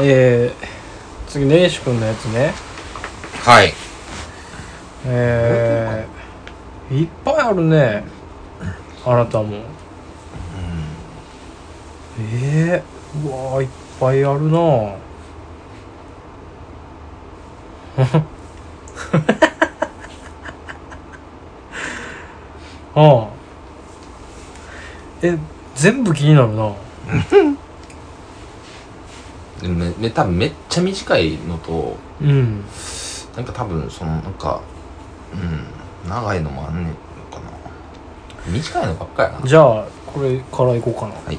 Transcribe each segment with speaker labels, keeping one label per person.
Speaker 1: えー、次ねえし君のやつね
Speaker 2: はい
Speaker 1: えー、いっぱいあるねあなたも、えー、うわーいっぱいあるな ぁああえ全部気になるなぁ
Speaker 2: でめめ多分めっちゃ短いのと
Speaker 1: うん
Speaker 2: なんか多分そのなんかうん長いのもあんねんのかな短いのばっかやな
Speaker 1: じゃあこれからいこうかな
Speaker 2: はい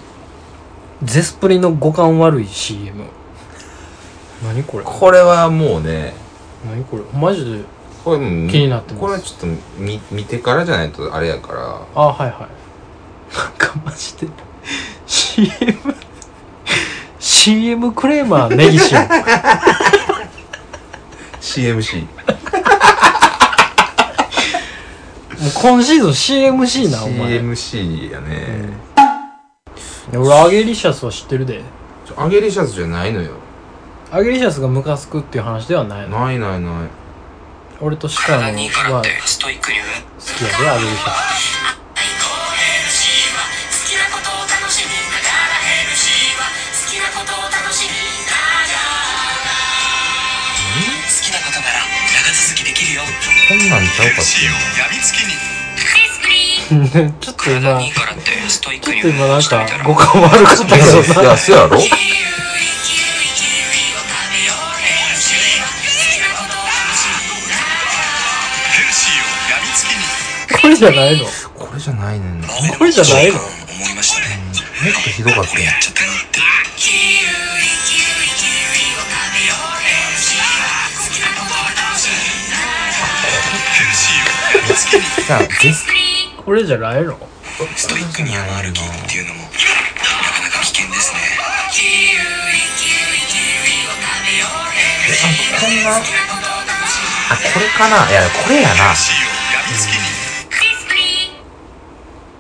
Speaker 1: ゼスプリの五感悪い CM 何これ
Speaker 2: これはもうね
Speaker 1: 何これマジで
Speaker 2: これもう
Speaker 1: 気になってます
Speaker 2: これはちょっと見見てからじゃないとあれやから
Speaker 1: あはいはいなんかマジで CMCM クレーマーネギシオ
Speaker 2: CMC
Speaker 1: もう今シーズン CMC なお前、
Speaker 2: CMC やね、
Speaker 1: いや俺アゲリシャスは知ってるで
Speaker 2: ちょアゲリシャツじゃないのよ
Speaker 1: アゲリシャスがムカつくっていう話ではないの
Speaker 2: ないないない
Speaker 1: 俺とシカノは
Speaker 3: 体
Speaker 1: 好
Speaker 3: にいい
Speaker 1: き
Speaker 3: から
Speaker 1: や
Speaker 3: って
Speaker 1: で
Speaker 3: ストイックに言う
Speaker 1: アゲリシャス
Speaker 3: 最高ヘルシーは好きなことを楽しみながらヘルシーは好きなことを楽しみながら好きなことなら長続きできるよ
Speaker 2: こんなんちゃうかっていう
Speaker 3: やみつきに
Speaker 1: ちょっと
Speaker 3: 体
Speaker 1: 今
Speaker 3: にいいからってストイッ
Speaker 1: ち
Speaker 3: ク
Speaker 1: ょっ
Speaker 3: に
Speaker 1: と
Speaker 3: 言う
Speaker 1: 今なん
Speaker 3: して
Speaker 1: か
Speaker 3: みたら
Speaker 1: 五感悪かったけど
Speaker 2: いや、そうやろ
Speaker 3: キウイキウイキウイを食べようヘルシーは好きなことを楽しみながらヘルシーは好きなことを楽しみながらヘルシーをやみつきに
Speaker 1: これじゃないの
Speaker 2: これじゃないねんな。も
Speaker 1: これじゃないの
Speaker 3: 思いましたね
Speaker 2: っとひどかったね。
Speaker 3: ちゃったなってキウイキウイキウイを食べようヘルシーは好きなことを楽しみながらヘルシーをやみつきに
Speaker 2: じゃあ、ゲス
Speaker 1: これじゃないの
Speaker 3: ストイックに山歩きっていうのもなかなか危険ですねキウイキウイキウイを食べようヘルシー
Speaker 2: こんな、あ、
Speaker 3: 好きなことを楽しみ
Speaker 2: これかないや、これやな。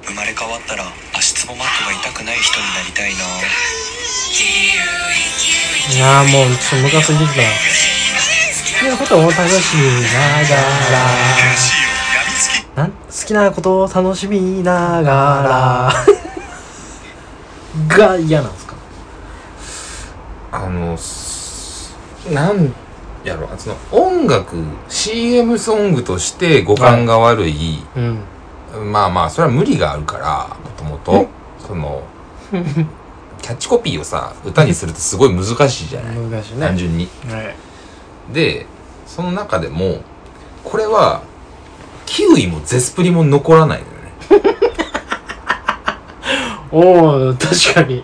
Speaker 3: 生まれ変わったら足つぼマットが痛くない人になりたいな
Speaker 1: ああもうちょっとムカついてきたな好きなことを楽しみながらなん好きなことを楽しみながらが嫌なんですか
Speaker 2: あの、すなんやろ、その、音楽、CM ソングとして語感が悪い。
Speaker 1: うん
Speaker 2: まあまあ、それは無理があるから、もともと、その、キャッチコピーをさ、歌にするとすごい難しいじゃない。
Speaker 1: 難しいね
Speaker 2: 単純に。
Speaker 1: はい
Speaker 2: で、その中でも、これは、キウイもゼスプリも残らないのよ
Speaker 1: おお確かに
Speaker 2: ね。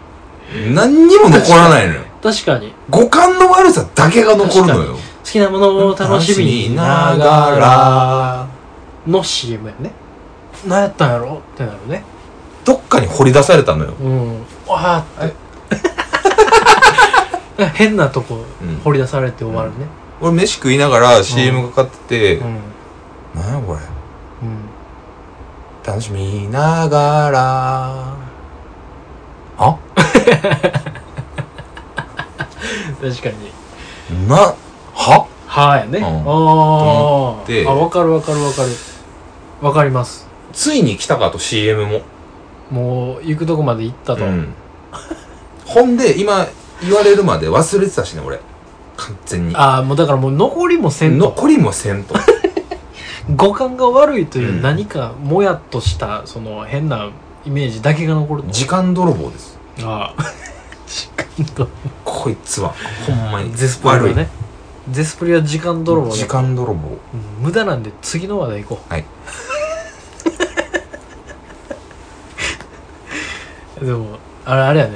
Speaker 2: 何にも残らないのよ。
Speaker 1: 確かに
Speaker 2: 五感の悪さだけが残るのよ。
Speaker 1: 好きなものを楽しみながらの CM やね何やったんやろってなるね
Speaker 2: どっかに掘り出されたのよ。
Speaker 1: うんああ 変なとこ
Speaker 2: うん
Speaker 1: 掘り出されて終わるね
Speaker 2: 俺飯食いながら CM がかかってて
Speaker 1: う、ん
Speaker 2: なんやこれ。
Speaker 1: うん
Speaker 2: 楽しみながら。あ
Speaker 1: 確かに
Speaker 2: な、は
Speaker 1: はーやね、
Speaker 2: うん
Speaker 1: あ
Speaker 2: っ
Speaker 1: ー
Speaker 2: て
Speaker 1: あわかるわかるわかるわかります
Speaker 2: ついに来たかと CM も。
Speaker 1: もう行くとこまで行ったと、
Speaker 2: うん。ほんで、今言われるまで忘れてたしね、俺。完全に。
Speaker 1: ああもうだからもう残りもせんの
Speaker 2: 残りもせんと。
Speaker 1: 五感が悪いといううん何かもやっとしたその変なイメージだけが残るの
Speaker 2: 時間泥棒です。
Speaker 1: ああ 時間と
Speaker 2: こいつは、ほんまに。
Speaker 1: ゼスプリは
Speaker 2: 悪い
Speaker 1: ねゼスプリは時間泥棒だ
Speaker 2: 時間泥棒。
Speaker 1: うん無駄なんで次の話題行こう
Speaker 2: はい
Speaker 1: でもあれあれやね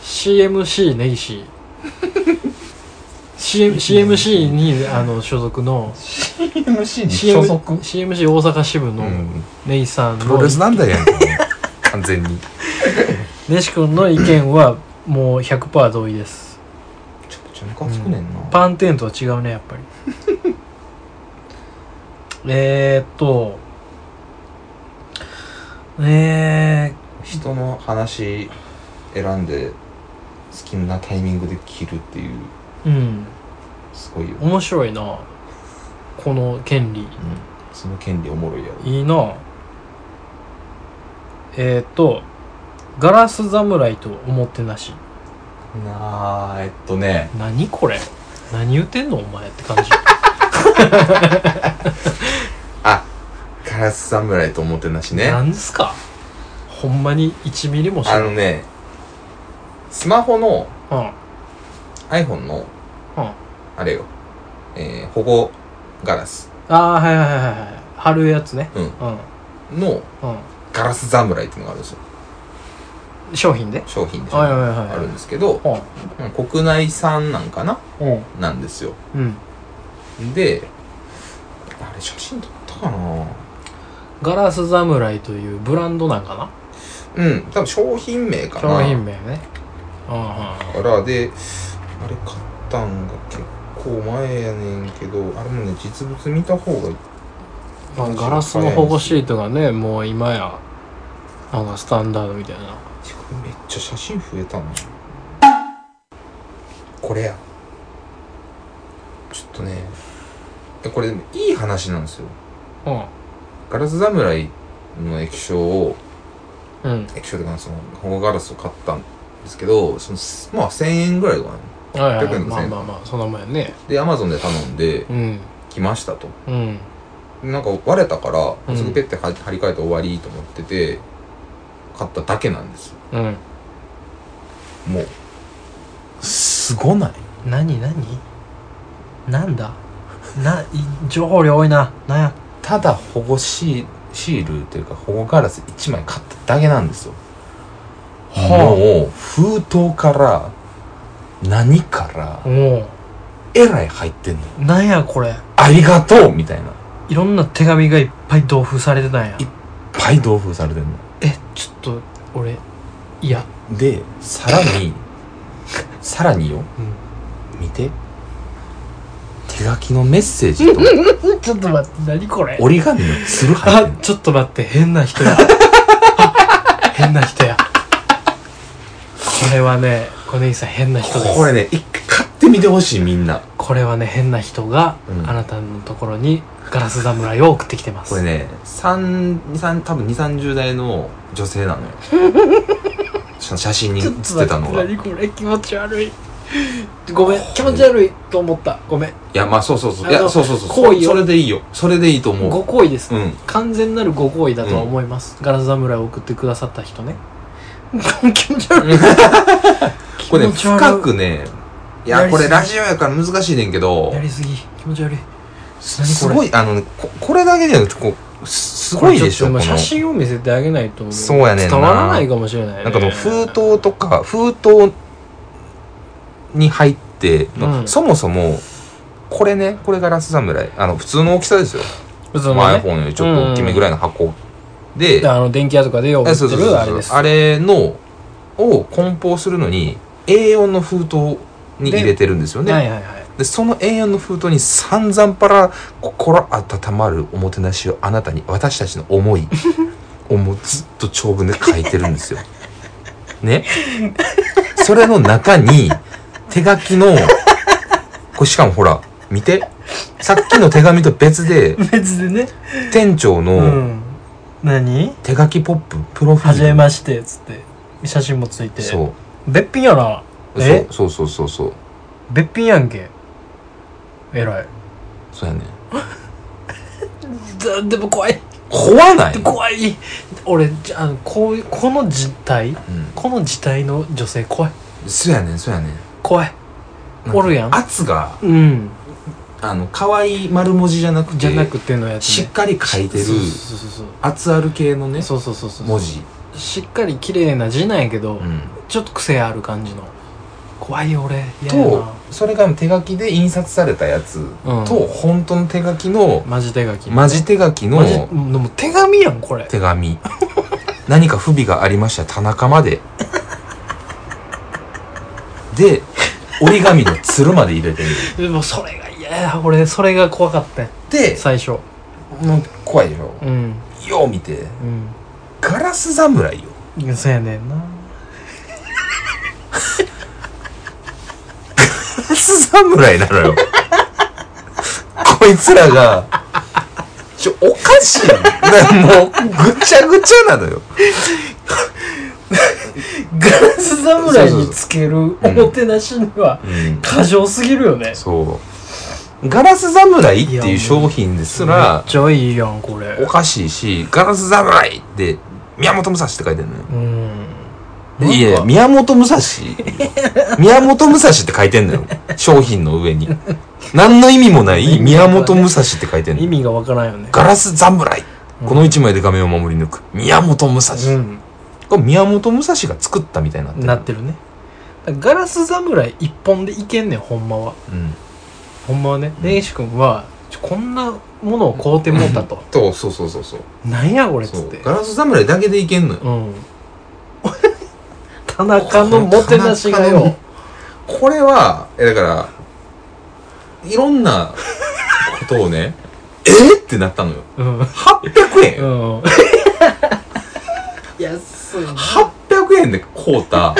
Speaker 1: CMC ネギ シ CM CMC にあの所属 の
Speaker 2: MC に
Speaker 1: CM CMC 大阪支部
Speaker 2: う
Speaker 1: の
Speaker 2: ん。
Speaker 1: ネギさん
Speaker 2: プロ
Speaker 1: の
Speaker 2: レスなん だやんけ、もう完全に。
Speaker 1: ネシ君の意見 はもう100%同意です
Speaker 2: ちょっとちょムカつくねんな。
Speaker 1: パンテーンとは違うねやっぱ りえーっとえー、
Speaker 2: 人の話選んで、好きなタイミングで切るっていう。
Speaker 1: うん
Speaker 2: すごいよ、うん、
Speaker 1: 面白いなこの権利
Speaker 2: その権利おもろいやろ
Speaker 1: いいなえっ、と「ガラス侍とおもてなし
Speaker 2: なあえっとね」
Speaker 1: 何これ何言ってんのお前って 感じ
Speaker 2: あカラス侍とおもてなしね
Speaker 1: 何ですかほんまに1ミリもし
Speaker 2: あ
Speaker 1: ない
Speaker 2: のねスマホの
Speaker 1: うん
Speaker 2: iPhone の
Speaker 1: うん
Speaker 2: あれよえー、保護ガラス
Speaker 1: ああーはいはいはいはいはい貼るやつね
Speaker 2: うん
Speaker 1: うん
Speaker 2: の
Speaker 1: う
Speaker 2: ガラス侍っていうのがあるんですよ
Speaker 1: ん商品で
Speaker 2: 商品でしょ
Speaker 1: はいはいはい
Speaker 2: あ
Speaker 1: は
Speaker 2: るんですけど
Speaker 1: い
Speaker 2: うん国内産なんかな
Speaker 1: うんうん
Speaker 2: なんですよ
Speaker 1: うん
Speaker 2: であれ写真撮ったかな
Speaker 1: ガラス侍というブランドなんかな
Speaker 2: うん多分商品名かな
Speaker 1: 商品名ねうんうん
Speaker 2: からであれ買ったんが結構前やねんけどあれもね実物見た方がいい
Speaker 1: まあガラスの保護シートがねもう今やなんかスタンダードみたいな
Speaker 2: てかめっちゃ写真増えたなこれやちょっとねえこれでもいい話なんですよ
Speaker 1: う
Speaker 2: ガラス侍の液晶を
Speaker 1: んうん
Speaker 2: 液晶というかその保護ガラスを買ったんですけどそのまあ1000円ぐらいかな
Speaker 1: はいはい
Speaker 2: 800
Speaker 1: はい
Speaker 2: 円の
Speaker 1: まあ
Speaker 2: 線
Speaker 1: まあまあその前ね
Speaker 2: でアマゾンで頼んで
Speaker 1: うん
Speaker 2: 来ましたと
Speaker 1: うん
Speaker 2: なんか割れたから
Speaker 1: うん
Speaker 2: すぐペッて貼り貼り替えて終わりと思ってて買っただけなんですよ
Speaker 1: うん
Speaker 2: もうすごない
Speaker 1: 何何なんだない情報量多いななんや
Speaker 2: ただ保護シーシールというか保護ガラス1枚買っただけなんですよ、もう封筒から何から
Speaker 1: も
Speaker 2: えらい入ってんのよ
Speaker 1: うなんやこれ
Speaker 2: ありがとうみたいないっ
Speaker 1: いろんな手紙がいっぱい同封されてたんや
Speaker 2: いぱい同封されてんの
Speaker 1: えちょっと俺いや
Speaker 2: でさら にさらによ見て手書きのメッセージと
Speaker 1: うんちょっと待って何これ
Speaker 2: 折り紙のつる入って
Speaker 1: あ
Speaker 2: んの
Speaker 1: ちょっと待って変な人やあ変な人やこれはね小ネギさん変な人です
Speaker 2: これね一回買ってみてほしいみんな
Speaker 1: これはね変な人が、
Speaker 2: うん
Speaker 1: あなたのところにガラス侍を送ってきてます
Speaker 2: これね3多分2 3 0代の女性なの よその写真に
Speaker 1: ちょっ
Speaker 2: 写
Speaker 1: と
Speaker 2: っ
Speaker 1: 待
Speaker 2: てたのが
Speaker 1: って
Speaker 2: い
Speaker 1: 何これ気持ち悪いごめん気持ち悪いと思ったごめん
Speaker 2: やまあそうそうそうい
Speaker 1: あの
Speaker 2: やそうそうそう
Speaker 1: 行為を
Speaker 2: それでいいよそれでいいと思
Speaker 1: ご
Speaker 2: う
Speaker 1: 好意です、
Speaker 2: うん
Speaker 1: 完全なるご好意だとは思います、ガラス侍を送ってくださった 人ね気持ち悪い
Speaker 2: これね
Speaker 1: 気持ち悪い
Speaker 2: 深くねい
Speaker 1: や
Speaker 2: や
Speaker 1: りすぎ
Speaker 2: これラジオやから難しいねんけど
Speaker 1: やりすぎ気持ち悪い
Speaker 2: すすごいあのねここれだけじゃなくてこうすすごいでしょ
Speaker 1: こ
Speaker 2: こ
Speaker 1: れ
Speaker 2: の
Speaker 1: ちょっと今写真を見せてあげないと
Speaker 2: そうやねんな
Speaker 1: 伝わらないかもしれない、ね、
Speaker 2: なんかの封筒とか封筒に入って、まあ
Speaker 1: うん
Speaker 2: そもそもこれねこれがラス侍あの普通の大きさですよ、
Speaker 1: 普通
Speaker 2: ま
Speaker 1: の
Speaker 2: あ、
Speaker 1: ね
Speaker 2: iPhone よりちょっと大きめぐらいの箱で、
Speaker 1: あの電気屋とかでよく売
Speaker 2: あ
Speaker 1: って
Speaker 2: そうそうそう
Speaker 1: るあれ
Speaker 2: そう
Speaker 1: です
Speaker 2: あれのを梱包するのに A4 の封筒に入れてるんですよね、
Speaker 1: はいはいはい
Speaker 2: でその A4 の封筒に散々パラ心温まるおもてなしをあなたに私たちの 思いをもうずっと長文で書いてるんですよ。ねそれの中に手書きのこれしかもほら見てさっきの手紙と別で
Speaker 1: 別でね
Speaker 2: 店長
Speaker 1: う
Speaker 2: の
Speaker 1: ん何
Speaker 2: 手書きポッププロフィ
Speaker 1: は
Speaker 2: ー
Speaker 1: じ
Speaker 2: ル
Speaker 1: めましてっつって写真もついて
Speaker 2: そう
Speaker 1: べっぴんやなえ
Speaker 2: そうそうそうそうそう
Speaker 1: べっぴんやんけえらい
Speaker 2: そうやね
Speaker 1: でも怖い
Speaker 2: 怖ない、うん、
Speaker 1: 怖い俺じゃあこういうこの実態この実態の女性怖い
Speaker 2: そうやねんそうやねん
Speaker 1: 怖い
Speaker 2: なんか
Speaker 1: おるやん
Speaker 2: 圧が
Speaker 1: うん
Speaker 2: あの可愛い丸文字じゃなくて
Speaker 1: じゃなくてのやつ、ね、
Speaker 2: しっかり書いてる
Speaker 1: そうそうそうそう
Speaker 2: 圧ある系のね
Speaker 1: そうそうそうそう
Speaker 2: 文字
Speaker 1: しっかり綺麗な字なんやけど、
Speaker 2: うん
Speaker 1: ちょっと癖ある感じの怖いよ俺嫌や
Speaker 2: と
Speaker 1: な
Speaker 2: それが手書きで印刷されたやつ
Speaker 1: うん
Speaker 2: と本当の手書きの
Speaker 1: マジ手書き
Speaker 2: マジ手書き
Speaker 1: マジで
Speaker 2: の
Speaker 1: も手紙やんこれ
Speaker 2: 手紙何か不備がありましたら田中までで折り紙のつるまで入れてみる
Speaker 1: でもそれが嫌や俺それが怖かったん
Speaker 2: で
Speaker 1: 最初
Speaker 2: もう怖いでしょ
Speaker 1: うん
Speaker 2: よう見て
Speaker 1: うん
Speaker 2: ガラス侍よ
Speaker 1: いやそうやねんな
Speaker 2: ス侍なの よこいつらがちょおかしいなもうぐちゃぐちゃなのよ
Speaker 1: ガラス侍につけるおもてなしには
Speaker 2: うん
Speaker 1: 過剰すぎるよね
Speaker 2: そうガラス侍っていう商品ですら
Speaker 1: めっちゃいいやんこれ
Speaker 2: おかしいしガラス侍って宮本武蔵って書いてるのよ
Speaker 1: うん
Speaker 2: いやいや、宮本武蔵。 宮本武蔵って書いてんのよ。商品の上に。何の意味もない宮本武蔵って書いてんの
Speaker 1: 意
Speaker 2: よ。
Speaker 1: 味がわからんよね
Speaker 2: ガラス侍。この一枚で画面を守り抜く。宮本武蔵。
Speaker 1: うん
Speaker 2: これ宮本武蔵が作ったみたいになってる
Speaker 1: なってるねだからガラス侍一本でいけんねんほんまは
Speaker 2: うん。
Speaker 1: ほんまはね根岸君はちょこんなものを買うてもうたと
Speaker 2: そうそうそうそうそう。
Speaker 1: なんやこれっ
Speaker 2: そ
Speaker 1: つっ
Speaker 2: う
Speaker 1: て
Speaker 2: ガラス侍だけでいけんのよ。
Speaker 1: うん 田中のもてなしが
Speaker 2: 田中
Speaker 1: よ
Speaker 2: のこれは、え、だから、いろんなことをね、 えってなったのよ。
Speaker 1: うん
Speaker 2: 800円。
Speaker 1: うん安いな
Speaker 2: 800円で買うた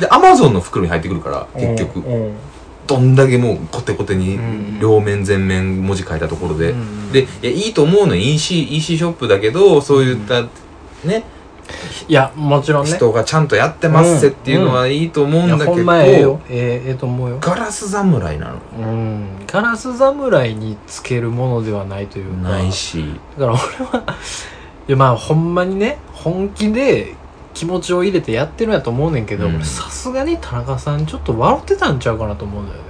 Speaker 2: でアマゾンの袋に入ってくるから結局、
Speaker 1: うんうん
Speaker 2: どんだけもうコテコテに
Speaker 1: うん
Speaker 2: 両面全面文字書いたところで、
Speaker 1: うん
Speaker 2: でいやいいと思うの EC, EC ショップだけどそういった、ね
Speaker 1: いやもちろんね
Speaker 2: 人がちゃんとやってますせっていうのはいいと思うん
Speaker 1: いや
Speaker 2: だけど、
Speaker 1: ほんまええよええええと思うよ
Speaker 2: ガラス侍なの
Speaker 1: うんガラス侍につけるものではないというか
Speaker 2: ないし
Speaker 1: だから俺はいやまあほんまにね本気で気持ちを入れてやってるんやと思うねんけど、
Speaker 2: うん
Speaker 1: 俺さすがに田中さんちょっと笑ってたんちゃうかなと思うんだよね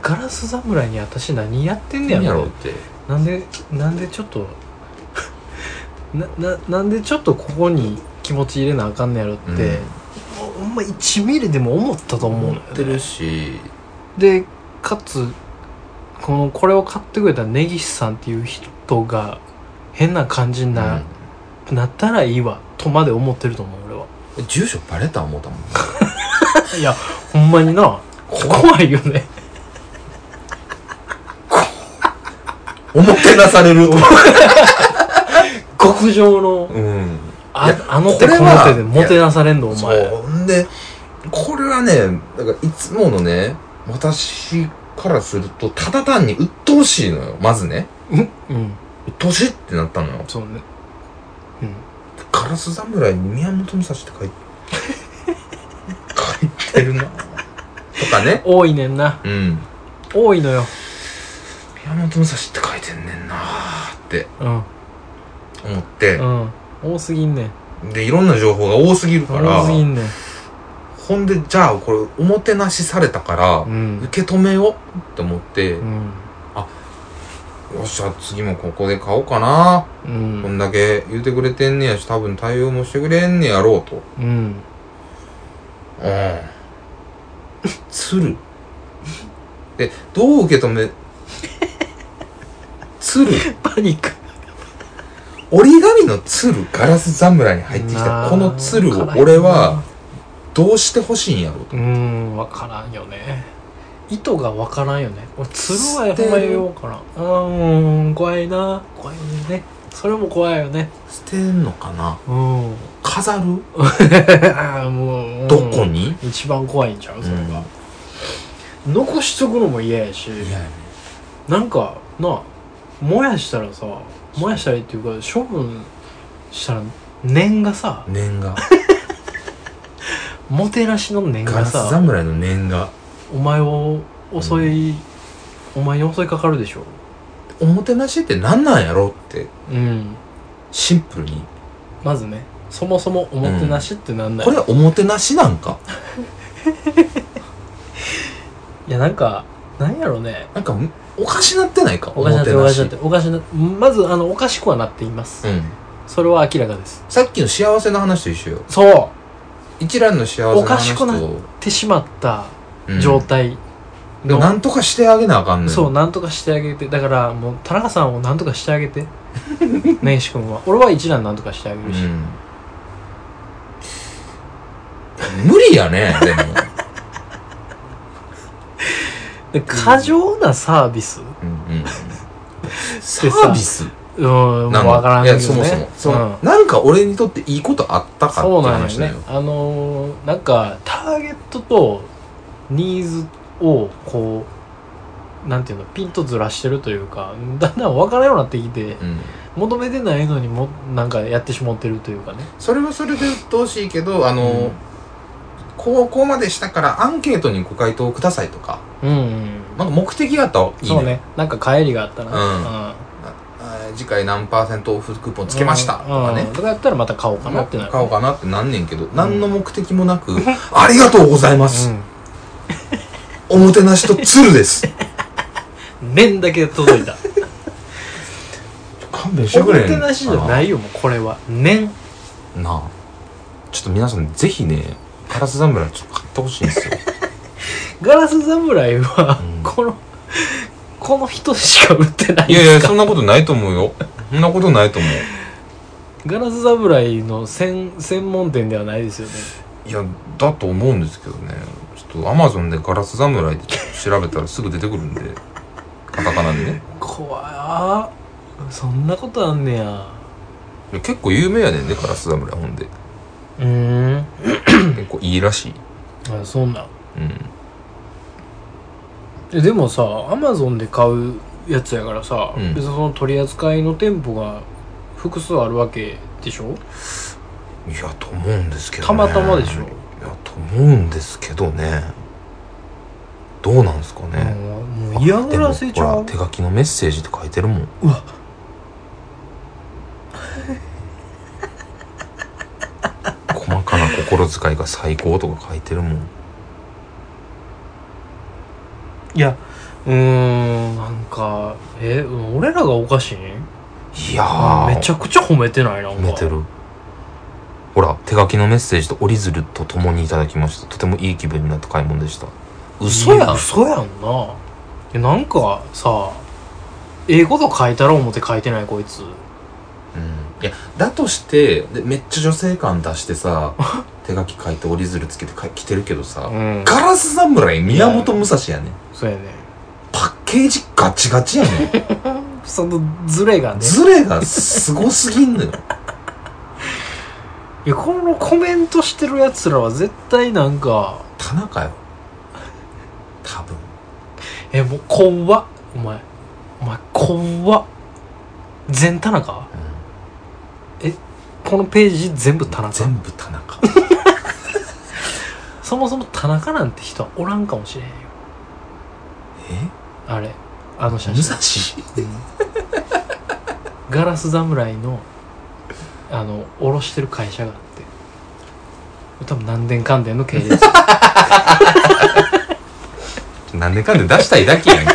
Speaker 1: ガラス侍に私何やってんねや
Speaker 2: 何やろ
Speaker 1: ろ
Speaker 2: うって
Speaker 1: なんでなんでちょっと なななんでちょっとここに気持ち入れなあかんねやろって、
Speaker 2: うん
Speaker 1: ほほんま1ミリでも思ったと思うの
Speaker 2: 思
Speaker 1: よ
Speaker 2: っ
Speaker 1: ね
Speaker 2: てるし
Speaker 1: でかつこのこれを買ってくれた根岸さんっていう人が変な感じにな,、なったらいいわとまで思ってると思う俺は
Speaker 2: うん住所バレた思ったもん
Speaker 1: いやほんまにな怖いよね
Speaker 2: おもてなされると思う
Speaker 1: 極上の
Speaker 2: うんい
Speaker 1: あ
Speaker 2: や
Speaker 1: あの手
Speaker 2: これ
Speaker 1: こ
Speaker 2: は
Speaker 1: の手でもてなされんのお前
Speaker 2: そう。んで、これはね、だからいつものね、私からすると、ただ単に鬱陶しいのよ。まずね。
Speaker 1: うん
Speaker 2: 鬱陶しいってなったのよ。
Speaker 1: そうねうん
Speaker 2: ガラス侍に宮本武蔵って書いて、書いてるな。とかね。
Speaker 1: 多いねんな
Speaker 2: うん。
Speaker 1: 多いのよ
Speaker 2: 宮本武蔵って書いてんねんなーって
Speaker 1: うん
Speaker 2: 思って
Speaker 1: う、ん多すぎんねん
Speaker 2: で、いろんな情報が多すぎるから
Speaker 1: 多す、ぎんねん
Speaker 2: ほんで、じゃあこれ、おもてなしされたから
Speaker 1: う、ん
Speaker 2: 受け止めようって思って、
Speaker 1: うん
Speaker 2: よっしゃ、次もここで買おうかな。
Speaker 1: う
Speaker 2: こ
Speaker 1: ん
Speaker 2: んだけ言うてくれてんねやし、多分対応もしてくれんねやろうと。
Speaker 1: うん
Speaker 2: うん。つる。で、どう受け止め、つる、
Speaker 1: パニック
Speaker 2: 折り紙のつる、ガラス侍に入ってき
Speaker 1: な
Speaker 2: た
Speaker 1: あ
Speaker 2: このつるを
Speaker 1: 辛いな
Speaker 2: 俺はどうしてほしいんやろう
Speaker 1: う
Speaker 2: と。
Speaker 1: ーん分からんよね意図が分からんよね俺つるは
Speaker 2: 捨
Speaker 1: ほ
Speaker 2: てる
Speaker 1: んまにようからんうーん怖いな怖いよねそれも怖いよね
Speaker 2: 捨てんのかな
Speaker 1: うん
Speaker 2: 飾る
Speaker 1: もう
Speaker 2: どこに
Speaker 1: 一番怖いんちゃうそれが、
Speaker 2: う
Speaker 1: 残しとくのも嫌やし
Speaker 2: んいやね
Speaker 1: なんかなあ燃やしたらさ燃やしたりっていうか処分したら念がさ
Speaker 2: 念が。
Speaker 1: もてなしの念
Speaker 2: ガ
Speaker 1: が
Speaker 2: ラス
Speaker 1: さ
Speaker 2: 侍の念が。
Speaker 1: お前を襲い、お前に襲いかかるでしょ
Speaker 2: おもてなしって何なんやろうって、
Speaker 1: うん
Speaker 2: シンプルに。
Speaker 1: まずねそもそもおもてなしってなんない、
Speaker 2: これはおもてなしなんか
Speaker 1: いやなんかなんやろね
Speaker 2: なんかむおかしなってないか
Speaker 1: おかしなっておかしなっ
Speaker 2: お
Speaker 1: ておかしなまずあのおかしくはなっています、
Speaker 2: うん
Speaker 1: それは明らかです
Speaker 2: さっきの幸せの話と一緒よ
Speaker 1: そう
Speaker 2: 一蘭の幸せの話と
Speaker 1: おかしくなってしまった状態
Speaker 2: うんで
Speaker 1: の、
Speaker 2: もなんとかしてあげなあかんねん
Speaker 1: そうなんとかしてあげてだからもう田中さんをなんとかしてあげ て根岸君は俺は一蘭なんとかしてあげ
Speaker 2: う
Speaker 1: るし、
Speaker 2: ん無理やねでも、
Speaker 1: で過剰なサービス
Speaker 2: うんうん、サービス
Speaker 1: うんもう
Speaker 2: なの
Speaker 1: わからん
Speaker 2: い
Speaker 1: けど
Speaker 2: や
Speaker 1: ね
Speaker 2: そもそもそ
Speaker 1: うん
Speaker 2: のなんか俺にとっていいことあったかって
Speaker 1: そうなんよ
Speaker 2: 話だ
Speaker 1: ね
Speaker 2: よ
Speaker 1: あのー、なんかターゲットとニーズをこうなんていうのピンとずらしてるというかだんだん分からんようになってきて
Speaker 2: うん、
Speaker 1: 求めてないのにもなんかやってしまってるというかね
Speaker 2: それはそれで鬱陶しいけどあの、
Speaker 1: うん
Speaker 2: こうこうまでしたからアンケートにご回答くださいとか
Speaker 1: うんうん
Speaker 2: なんか目的があったらいい
Speaker 1: そうねなんか帰りがあったら
Speaker 2: うん
Speaker 1: うん
Speaker 2: あー次回何パーセントオフクーポンつけましたとか
Speaker 1: うん
Speaker 2: ね
Speaker 1: うんとかやったらまた買おうかなってなる
Speaker 2: 買おうかなってなんねんけど、何の目的もな く「ありがとうございます、おもてなしと鶴です」
Speaker 1: うん麺だけ届い た
Speaker 2: 勘弁
Speaker 1: おもてなしじゃないいよもうこれは麺
Speaker 2: なあちょっと皆さんぜひねカラス侍ちょっと買ってほしいんですよ
Speaker 1: ガラス侍は
Speaker 2: うん
Speaker 1: この この人しか売ってない
Speaker 2: い
Speaker 1: ん
Speaker 2: やい
Speaker 1: で
Speaker 2: や
Speaker 1: すか
Speaker 2: そんなことないと思うよそんなことないと思う
Speaker 1: ガラス侍の専専門店ではないですよね
Speaker 2: いやだと思うんですけどねちょっとアマゾンでガラス侍で調べたらすぐ出てくるんでカタカナでね
Speaker 1: 怖いあーそんなことあんねや
Speaker 2: いや結構有名やねんねガラス侍ほんで
Speaker 1: うーん
Speaker 2: 結構いいらしい
Speaker 1: あそんなん
Speaker 2: うん
Speaker 1: えでもさアマゾンで買うやつやからさ、
Speaker 2: うん
Speaker 1: 別にその取り扱いの店舗が複数あるわけでしょ
Speaker 2: いやと思うんですけど、ね、
Speaker 1: たまたまでしょ
Speaker 2: いやと思うんですけどねどうなんですかね、
Speaker 1: もうもう嫌がらせちゃ
Speaker 2: でもほ
Speaker 1: う
Speaker 2: ら手書きのメッセージって書いてるもん
Speaker 1: うわ
Speaker 2: 細かな心遣いが最高とか書いてるもん
Speaker 1: いやうーんなんかえ俺らがおかしい
Speaker 2: いやー
Speaker 1: めちゃくちゃ褒めてないなんか
Speaker 2: 褒めてるほら手書きのメッセージと折り鶴と共にいただきましたとてもいい気分になった買い物でした嘘やん
Speaker 1: 嘘やんなえなんかさええこと書いたら思って書いてないこいつ
Speaker 2: いやだとしてでめっちゃ女性感出して さ手書き書いて折り鶴つけてか着てるけどさ、
Speaker 1: うん
Speaker 2: ガラス侍宮本武蔵やねん
Speaker 1: そうやね
Speaker 2: パッケージガチガチや ねん
Speaker 1: そのズレがね
Speaker 2: ズレがすごすぎんのよ
Speaker 1: いやこのコメントしてるやつらは絶対なんか
Speaker 2: 田中よ多分
Speaker 1: えもう怖っお前お前怖っ全田中このページ全部田中
Speaker 2: 全部田 中
Speaker 1: そもそも田中なんて人はおらんかもしれへんよ
Speaker 2: え
Speaker 1: あれあの写
Speaker 2: 武
Speaker 1: 真
Speaker 2: 蔵
Speaker 1: ガラス侍のあの卸してる会社があって多分何年関連の系列
Speaker 2: なんでかんで出したいだけ やんけ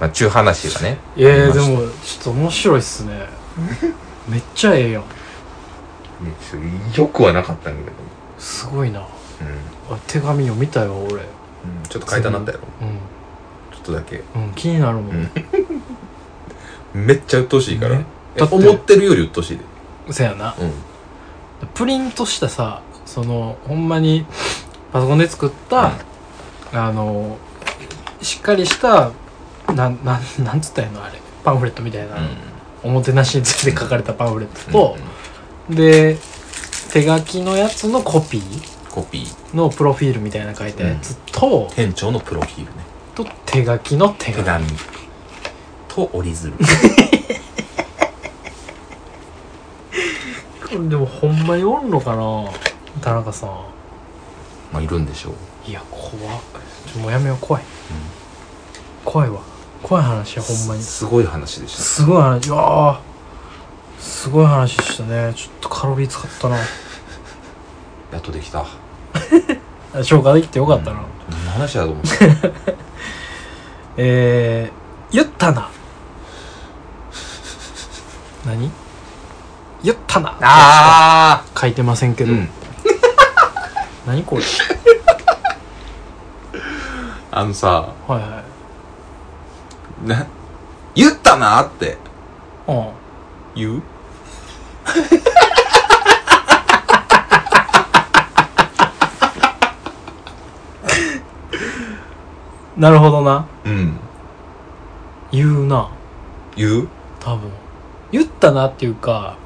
Speaker 2: まあちゅう話がね
Speaker 1: いやいや
Speaker 2: あり
Speaker 1: で
Speaker 2: ました
Speaker 1: もちょっと面白いっす ねめっちゃええやん
Speaker 2: ねちょっとよくはなかったんだけど、
Speaker 1: すごいなあ
Speaker 2: う
Speaker 1: 手紙読みたいわ俺
Speaker 2: んちょっと書いたなったやろちょっとだけ
Speaker 1: うん、うん、気になるもん、
Speaker 2: うんめっちゃ鬱陶しいから、
Speaker 1: ね
Speaker 2: い
Speaker 1: だ
Speaker 2: や
Speaker 1: って
Speaker 2: 思ってるより鬱陶しいで
Speaker 1: せやな
Speaker 2: うん
Speaker 1: プリントしたさそのほんまにパソコンで作った、あのしっかりしたなんなんなんつったんやのあれパンフレットみたいな、おもてなしについて書かれたパンフレットと、で手書きのやつのコピー
Speaker 2: コピー
Speaker 1: のプロフィールみたいな書いたやつと、
Speaker 2: 店長のプロフィールね
Speaker 1: と手書きの手
Speaker 2: 手
Speaker 1: 紙
Speaker 2: 紙と折 り鶴
Speaker 1: でもほんまにおんのかな田中さん
Speaker 2: まあいるんでしょう
Speaker 1: いや怖っちょもうやめよう怖い、怖いわ怖い話やほんまに
Speaker 2: すごい話でし
Speaker 1: すごい話いやーすごい話でしたねちょっとカロリー使ったな
Speaker 2: たやっとできたよ
Speaker 1: あ消化できてよかったな、
Speaker 2: 何の話だと 思って
Speaker 1: えー、言ったな何言ったな
Speaker 2: あ
Speaker 1: 書いてませんけ
Speaker 2: う
Speaker 1: ど、
Speaker 2: ん
Speaker 1: 何これ
Speaker 2: あのさ
Speaker 1: はいはい
Speaker 2: な言ったなって
Speaker 1: うん
Speaker 2: 言う
Speaker 1: なるほどな
Speaker 2: うん
Speaker 1: 言うな
Speaker 2: 言う
Speaker 1: 多分言ったなっていうか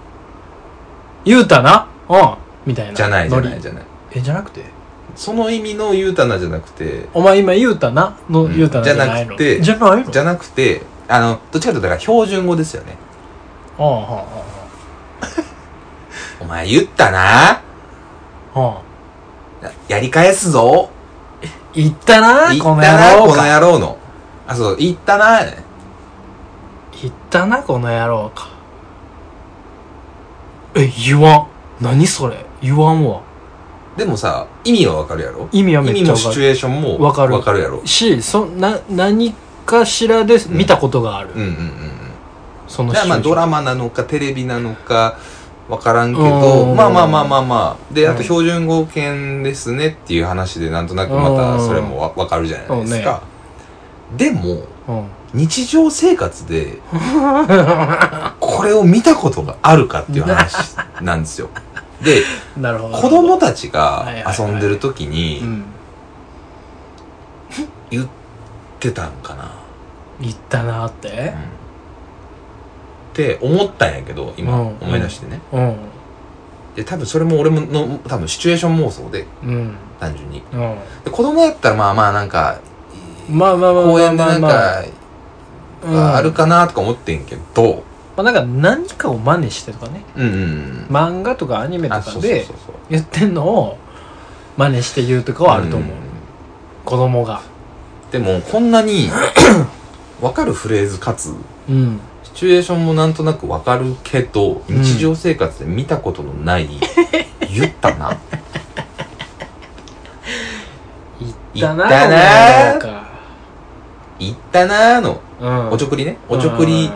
Speaker 1: 言うたなうんみたいな
Speaker 2: じゃないじゃない
Speaker 1: ノリ
Speaker 2: じゃない
Speaker 1: えじゃなくて
Speaker 2: その意味の言うたなじゃなくて
Speaker 1: お前今言うたなの言うたなじゃないの、
Speaker 2: じゃなくて
Speaker 1: じゃないの
Speaker 2: じゃなくてあのどっちかというとだから標準語ですよね
Speaker 1: ああは
Speaker 2: お前言ったな
Speaker 1: あはあはあ
Speaker 2: やり返すぞ
Speaker 1: 言ったな
Speaker 2: 言っ
Speaker 1: この
Speaker 2: たな
Speaker 1: 野郎
Speaker 2: この
Speaker 1: か
Speaker 2: 野郎のあそう言ったな
Speaker 1: 言ったなこの野郎かえ言わん何それ言わんわ
Speaker 2: でもさ意味はわかるやろ
Speaker 1: 意味はめっ
Speaker 2: 意味
Speaker 1: ちゃ
Speaker 2: も
Speaker 1: わ
Speaker 2: シ
Speaker 1: か
Speaker 2: チ
Speaker 1: る
Speaker 2: ュエーションも
Speaker 1: わかる
Speaker 2: わかるやろ
Speaker 1: しそな何かしらで見たことがある、
Speaker 2: うんうんうんうん
Speaker 1: その
Speaker 2: じゃあまあ
Speaker 1: シチ
Speaker 2: ド
Speaker 1: ュエーション
Speaker 2: ラマなのかテレビなのかわからんけ
Speaker 1: う
Speaker 2: ど
Speaker 1: ん
Speaker 2: まあまあまあまあまあであ
Speaker 1: う
Speaker 2: と
Speaker 1: ん
Speaker 2: 標準語圏ですねっていう話でなんとなくまたそれもわわかるじゃないですか、でも
Speaker 1: うん
Speaker 2: 日常生活で これを見たことがあるかっていう話なんですよで
Speaker 1: なるほど
Speaker 2: 子供たち
Speaker 1: は
Speaker 2: が
Speaker 1: いはいは
Speaker 2: 遊
Speaker 1: い
Speaker 2: んでる時
Speaker 1: う
Speaker 2: に
Speaker 1: ん
Speaker 2: 言ってたんかな、
Speaker 1: 言ったなって
Speaker 2: うんって思ったんやけど今
Speaker 1: うん
Speaker 2: 思い出してね
Speaker 1: うん
Speaker 2: で多分それも俺もの多分シチュエーション妄想で
Speaker 1: うん
Speaker 2: 単純に
Speaker 1: うん
Speaker 2: で子供やったらまあまあなんか
Speaker 1: まあまあまあ
Speaker 2: 公
Speaker 1: まあ
Speaker 2: 園で
Speaker 1: ま
Speaker 2: な
Speaker 1: あ
Speaker 2: ん
Speaker 1: まあ
Speaker 2: か
Speaker 1: うん
Speaker 2: あるかなとか思ってんけど
Speaker 1: まあなんか何かを真似してとかね
Speaker 2: うんうん
Speaker 1: 漫画とかアニメと
Speaker 2: あ
Speaker 1: か
Speaker 2: そうそう
Speaker 1: で
Speaker 2: そうそう
Speaker 1: 言ってんのを真似して言うとかはあると思う、子供が
Speaker 2: でもこん なにわかるフレーズかつ
Speaker 1: うん
Speaker 2: シチュエーションもなんとなくわかるけど
Speaker 1: うん
Speaker 2: 日常生活で見たことのない言ったな
Speaker 1: 言ったなこの
Speaker 2: 言ったな
Speaker 1: 野郎か
Speaker 2: 言ったなーの
Speaker 1: うん
Speaker 2: おちょくりねおちょくり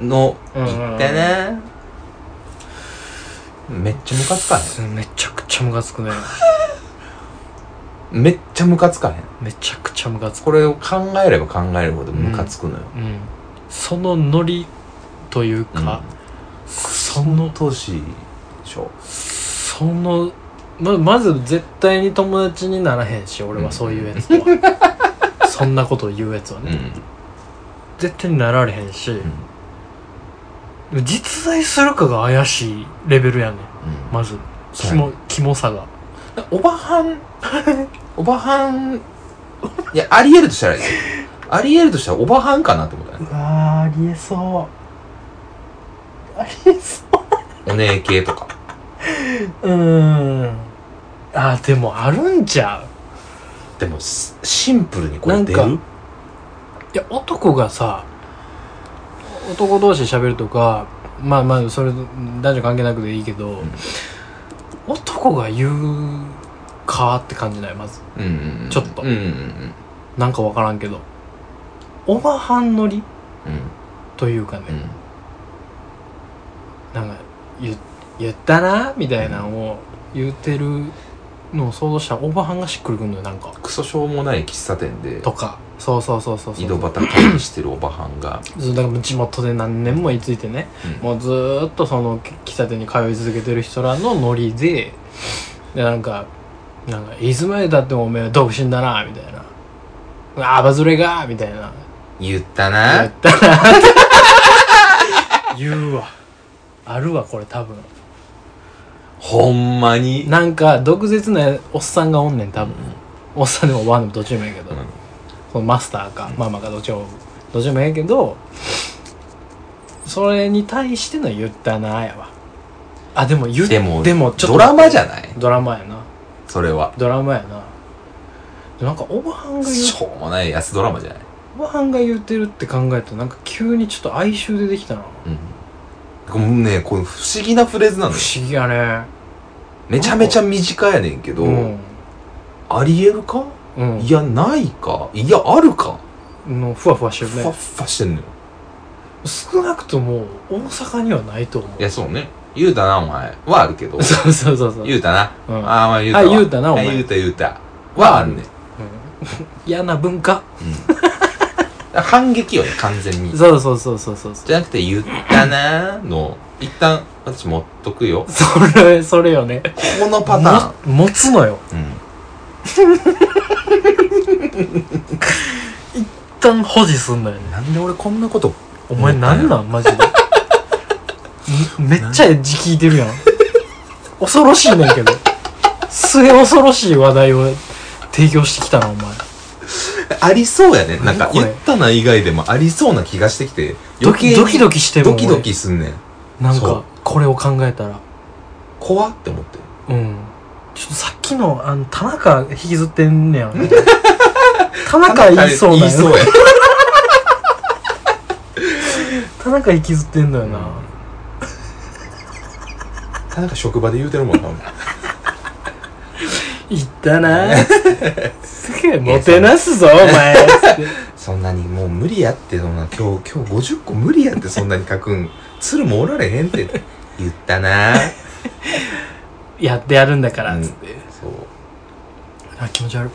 Speaker 2: の
Speaker 1: うん
Speaker 2: 言ったなーめっちゃムカつかへん
Speaker 1: うんめちゃくちゃムカつ くね
Speaker 2: めっちゃムカつかへん
Speaker 1: めちゃくちゃムカつく
Speaker 2: これを考えれば考えるほどムカつくのよ、
Speaker 1: うんそのノリというか、その
Speaker 2: 当時しょ
Speaker 1: そのままず絶対に友達にならへんし俺はそういうやつとは、そんなことを言うやつは
Speaker 2: う
Speaker 1: ね、
Speaker 2: ん
Speaker 1: 絶対になられへんし、実在するかが怪しいレベルやねんまずキ
Speaker 2: そうやね
Speaker 1: モキモさが
Speaker 2: おばはん おばはんいやありえるとしたらですよありえるとしたらおばはんかなって思ったね
Speaker 1: わありえそうありえそ
Speaker 2: お姉系とか
Speaker 1: ううんあでもあるんちゃう
Speaker 2: でもすシンプルにこれ出
Speaker 1: なん
Speaker 2: る
Speaker 1: いや男がさ男同士で喋るとかまあまあそれ男女関係なくていいけど、
Speaker 2: ん
Speaker 1: 男が言うかって感じないまず
Speaker 2: うんうんうん
Speaker 1: ちょっと
Speaker 2: うんうんうん
Speaker 1: なんかわからんけどおばはんのりというかね、
Speaker 2: うんうん
Speaker 1: なんか言言ったなみたいなのを言ってるのを想像したらおばはんがしっくりくるのよなんか
Speaker 2: クソしょうもない喫茶店で
Speaker 1: とかそうそうそうそうそう
Speaker 2: 井戸端会議してるおばはんが、
Speaker 1: そうだからもう地元で何年も居ついてね、
Speaker 2: うん
Speaker 1: もうずーっとその喫茶店に通い続けてる人らのノリででなんか「なんかいつまでたってもおめえは独身だな」みたいな「ああバズれが」みたいな
Speaker 2: 言った
Speaker 1: 言っ
Speaker 2: な
Speaker 1: たな 言うわあるわこれ多分
Speaker 2: ほんまに
Speaker 1: なんか毒舌なおっさんがおんねん多分、おっさんでもおばあでもどっちでもいいけど、
Speaker 2: うん
Speaker 1: そのマスターか、ママかどっちもどっちでもいいけどそれに対しての言ったなやわあでも言っ
Speaker 2: でも
Speaker 1: でもちょっと
Speaker 2: ドラマじ
Speaker 1: ゃ
Speaker 2: ゃない
Speaker 1: ドラマやな
Speaker 2: それは
Speaker 1: ドラマやなでなんかおばはんが言う
Speaker 2: しょうもない安ドラマじゃない、
Speaker 1: おばはんが言ってるって考えたらなんか急にちょっと哀愁出てきたな
Speaker 2: うん、これねこれ不思議なフレーズなの
Speaker 1: 不
Speaker 2: よ
Speaker 1: 思議やね
Speaker 2: めちゃめちゃ短いやねんけど、
Speaker 1: うん、
Speaker 2: ありえるか、
Speaker 1: うん、
Speaker 2: いやないかいやあるか
Speaker 1: のふわふわして
Speaker 2: ふ
Speaker 1: るね
Speaker 2: わっふわしてんのよ
Speaker 1: 少なくとも大阪にはないと思う
Speaker 2: いやそうね言うたなお前はあるけ ど
Speaker 1: そうそうそうそう。
Speaker 2: 言うたな、
Speaker 1: うん
Speaker 2: ああまあ言うたわ
Speaker 1: あ言うたなお前
Speaker 2: あ言うた言うたはあるね、
Speaker 1: 嫌な文化。
Speaker 2: うん、反撃よね完全に
Speaker 1: そうそうそうそうそう。
Speaker 2: じゃなくて言ったなの一旦私持っとくよ
Speaker 1: それ、それよね。
Speaker 2: このパターン
Speaker 1: も持つのよ。
Speaker 2: うん
Speaker 1: 一旦保持すんのよね。
Speaker 2: なんで俺こんなこと
Speaker 1: お前なんなんマジで。めめっちゃエッジ聞いてるやん。恐ろしいねんけど。末恐ろしい話題を提供してきたなお前
Speaker 2: ありそうやねなんか
Speaker 1: 何これ
Speaker 2: 言ったな以外でもありそうな気がしてきて
Speaker 1: ドキ
Speaker 2: に
Speaker 1: ドキドキしても
Speaker 2: ドキドキすんねん
Speaker 1: なん
Speaker 2: そ
Speaker 1: か
Speaker 2: う
Speaker 1: これを考えたら
Speaker 2: 怖って思って
Speaker 1: うんちょっとさっきのあの田中引きずってんねや田中言いそう
Speaker 2: 言
Speaker 1: ない
Speaker 2: そう
Speaker 1: よ
Speaker 2: や
Speaker 1: 田中引きずってんのよな、
Speaker 2: なんか職場で言うてるもんな
Speaker 1: 言ったなすげえもてなすぞお前
Speaker 2: そんなにもう無理やってそんな今日今日50個無理やってそんなに書くん鶴もおられへんって言ったな
Speaker 1: やってやるんだからっつって、
Speaker 2: そうっ
Speaker 1: あ気持ち悪い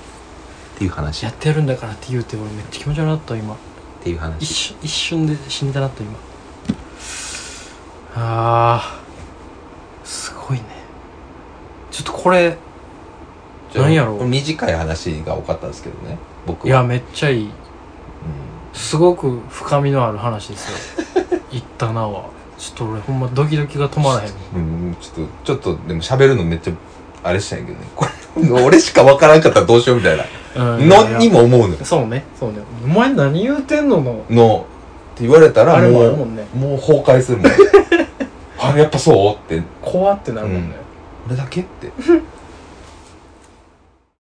Speaker 2: ていう話
Speaker 1: や
Speaker 2: っ
Speaker 1: ってやるんだからって言うて俺めっちゃ気持ち悪かった今
Speaker 2: ていう話
Speaker 1: 一瞬一瞬で死んだなと今あーすごいねちょっとこれ
Speaker 2: じゃあ
Speaker 1: なんやろ
Speaker 2: 短い話が多かったんですけどね僕
Speaker 1: いやめっちゃいい
Speaker 2: うん
Speaker 1: すごく深みのある話です よ言ったなはちょっと俺ほんまドキドキが止まらへん
Speaker 2: うん、ちょっとちょっとでも喋るのめっちゃあれしたんやけどねこれ俺しかわからんかったらどうしようみたいな
Speaker 1: うんい
Speaker 2: の
Speaker 1: や
Speaker 2: にも思うのよ
Speaker 1: そうねそうねお前何言うてんのの
Speaker 2: のって言われたら
Speaker 1: あれ
Speaker 2: も
Speaker 1: もあ
Speaker 2: う
Speaker 1: るもんね
Speaker 2: もう崩壊するもん あれやっぱそうって
Speaker 1: 怖ってなるもんね、
Speaker 2: 俺だけって